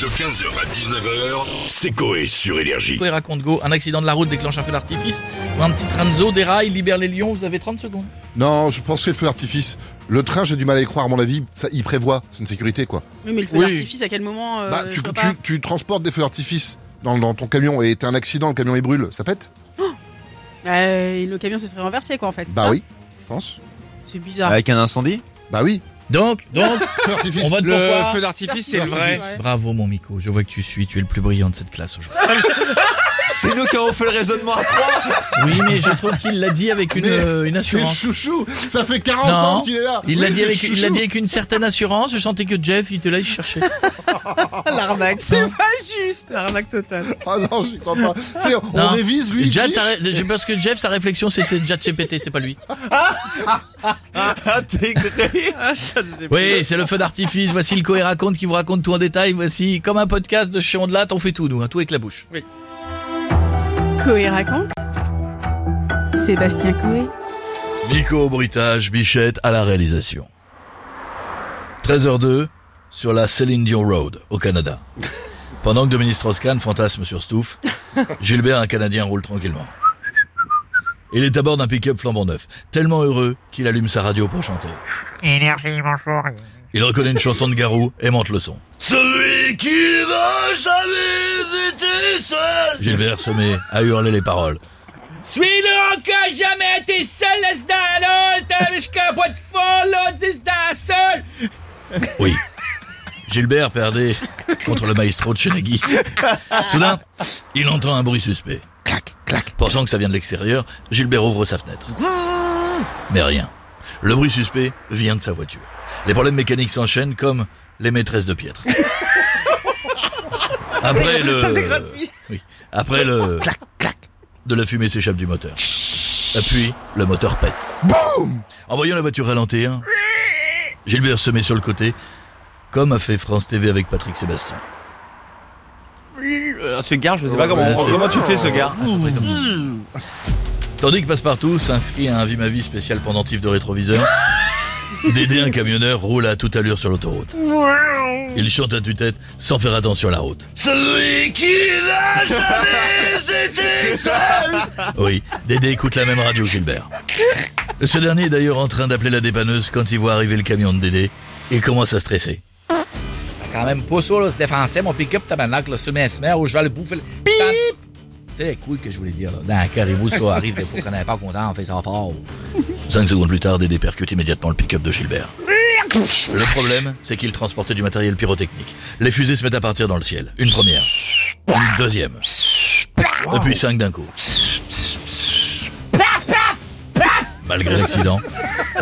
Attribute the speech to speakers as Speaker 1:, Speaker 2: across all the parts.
Speaker 1: De 15h à 19h, c'est Coé sur Énergie.
Speaker 2: Coé raconte go, un accident de la route déclenche un feu d'artifice, ou un petit train de zoo déraille, libère les lions, vous avez 30 secondes.
Speaker 3: Non, je pense que c'est le feu d'artifice. Le train, j'ai du mal à y croire, à mon avis. Ça, il prévoit. C'est une sécurité, quoi.
Speaker 4: Oui, mais le feu
Speaker 2: Oui.
Speaker 4: d'artifice, à quel moment euh,
Speaker 3: bah,
Speaker 4: je
Speaker 3: tu,
Speaker 4: vois
Speaker 3: tu-
Speaker 4: pas.
Speaker 3: tu transportes des feux d'artifice dans, dans ton camion et t'as un accident, le camion il brûle. Ça pète
Speaker 4: Euh, le camion se serait renversé, quoi, en fait. c'est
Speaker 3: Bah
Speaker 4: ça
Speaker 3: oui, je pense.
Speaker 4: C'est bizarre.
Speaker 5: Avec un incendie
Speaker 3: Bah oui.
Speaker 2: Donc, donc,
Speaker 3: Feu d'artifice.
Speaker 2: on vote pour
Speaker 6: Le
Speaker 2: quoi
Speaker 6: Euh, feu d'artifice, c'est le vrai.
Speaker 4: Ouais.
Speaker 2: Bravo mon Miko, je vois que tu suis, tu es le plus brillant de cette classe aujourd'hui.
Speaker 5: C'est nous qui avons fait le raisonnement à trois
Speaker 2: Oui, mais je trouve qu'il l'a dit avec une,
Speaker 3: Mais
Speaker 2: euh, une
Speaker 3: C'est le
Speaker 2: assurance.
Speaker 3: chouchou. Ça fait 40
Speaker 2: Non.
Speaker 3: ans qu'il est là.
Speaker 2: Il
Speaker 3: Oui,
Speaker 2: l'a dit,
Speaker 3: c'est le
Speaker 2: avec- il l'a
Speaker 3: chouchou.
Speaker 2: dit avec une certaine assurance, je sentais que Jeff, il te l'a cherché.
Speaker 6: L'arnaque. Hein.
Speaker 4: C'est pas juste. Arnaque totale.
Speaker 3: Ah non, j'y crois pas. C'est- on
Speaker 2: Non.
Speaker 3: révise, lui. il
Speaker 2: Jeff,
Speaker 3: triche.
Speaker 2: sa ré- je pense que Jeff, sa réflexion, c'est c'est Jeff CPT, c'est pas lui.
Speaker 6: Intégré.
Speaker 2: Oui, c'est le feu d'artifice. Voici le Coé raconte qui vous raconte tout en détail. Voici, comme un podcast de chez Ondelat, on fait tout, nous, hein, tout avec la bouche.
Speaker 4: Coé raconte. Sébastien Coé.
Speaker 2: Nico au bruitage, Bichette à la réalisation. 13h02 sur la Céline Dion Road au Canada. Pendant que Dominique Strauss-Kahn fantasme sur Stouff, Gilbert, un Canadien, roule tranquillement. Il est à bord d'un pick-up flambant neuf, tellement heureux qu'il allume sa radio pour chanter.
Speaker 7: Énergie, bonjour.
Speaker 2: Il reconnaît une chanson de Garou et monte le son.
Speaker 1: Celui qui n'a jamais été seul.
Speaker 2: Gilbert se met à hurler les paroles. Suis-le encore jamais été seul, laisse d'un l'autre, jusqu'à boîte de folle, l'autre, c'est d'un seul. Oui. Gilbert perdait contre le maestro de Chenagui. Soudain, il entend un bruit suspect.
Speaker 3: Clac, clac.
Speaker 2: Pensant que ça vient de l'extérieur, Gilbert ouvre sa fenêtre. Mais rien. Le bruit suspect vient de sa voiture. Les problèmes mécaniques s'enchaînent comme les maîtresses de piètre. Après le... Oui. Après le...
Speaker 3: Clac, clac.
Speaker 2: De la fumée s'échappe du moteur. Puis, le moteur pète. Boum En voyant la voiture ralentir, Gilbert se met sur le côté, comme a fait France TV avec Patrick Sébastien.
Speaker 5: Euh, Ce gars, je sais pas comment,
Speaker 2: Ouais,
Speaker 5: comment tu fais ce gars.
Speaker 2: Après, comme Ah, ça. Tandis que Passepartout s'inscrit à un Vima Vie spécial pendentif de rétroviseur, Dédé, un camionneur, roule à toute allure sur l'autoroute. Il chante à tue-tête sans faire attention à la route.
Speaker 1: Celui qui n'a jamais été seul.
Speaker 2: Oui, Dédé écoute la même radio que Gilbert. Ce dernier est d'ailleurs en train d'appeler la dépanneuse quand il voit arriver le camion de Dédé et commence à stresser. Quand même pas sûr, là, français, mon pick-up tabarnak, là, semaine où je vais le bouffer. le- C'est les couilles que je voulais dire, là. Dans un caribou, ça arrive, des fois qu'on n'est pas content, on fait ça fort. Cinq secondes plus tard, Dédé percute immédiatement le pick-up de Gilbert. Le problème, c'est qu'il transportait du matériel pyrotechnique. Les fusées se mettent à partir dans le ciel. Une première. Une deuxième. Depuis cinq d'un coup. Malgré l'accident,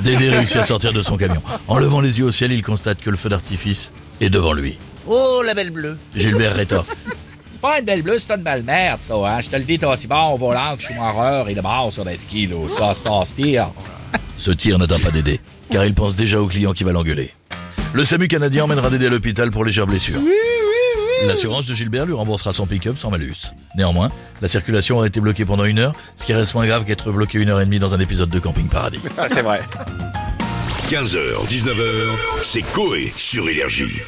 Speaker 2: Dédé réussit à sortir de son camion. En levant les yeux au ciel, il constate que le feu d'artifice est devant lui.
Speaker 7: Oh, la belle bleue.
Speaker 2: Gilbert rétorque. C'est pas une belle bleue, c'est une belle merde, ça, hein. Je te le dis, t'as aussi bon au volant que je suis moreur et de bord sur des skis, là. Ça, c'est un tir. Ce tir n'atteint pas Dédé, car il pense déjà au client qui va l'engueuler. Le SAMU canadien emmènera Dédé à l'hôpital pour légère blessure. L'assurance de Gilbert lui remboursera son pick-up sans malus. Néanmoins, la circulation a été bloquée pendant une heure, ce qui reste moins grave qu'être bloqué une heure et demie dans un épisode de Camping Paradis.
Speaker 5: Ça, c'est vrai.
Speaker 1: 15h, 19h, c'est Coé sur Énergie.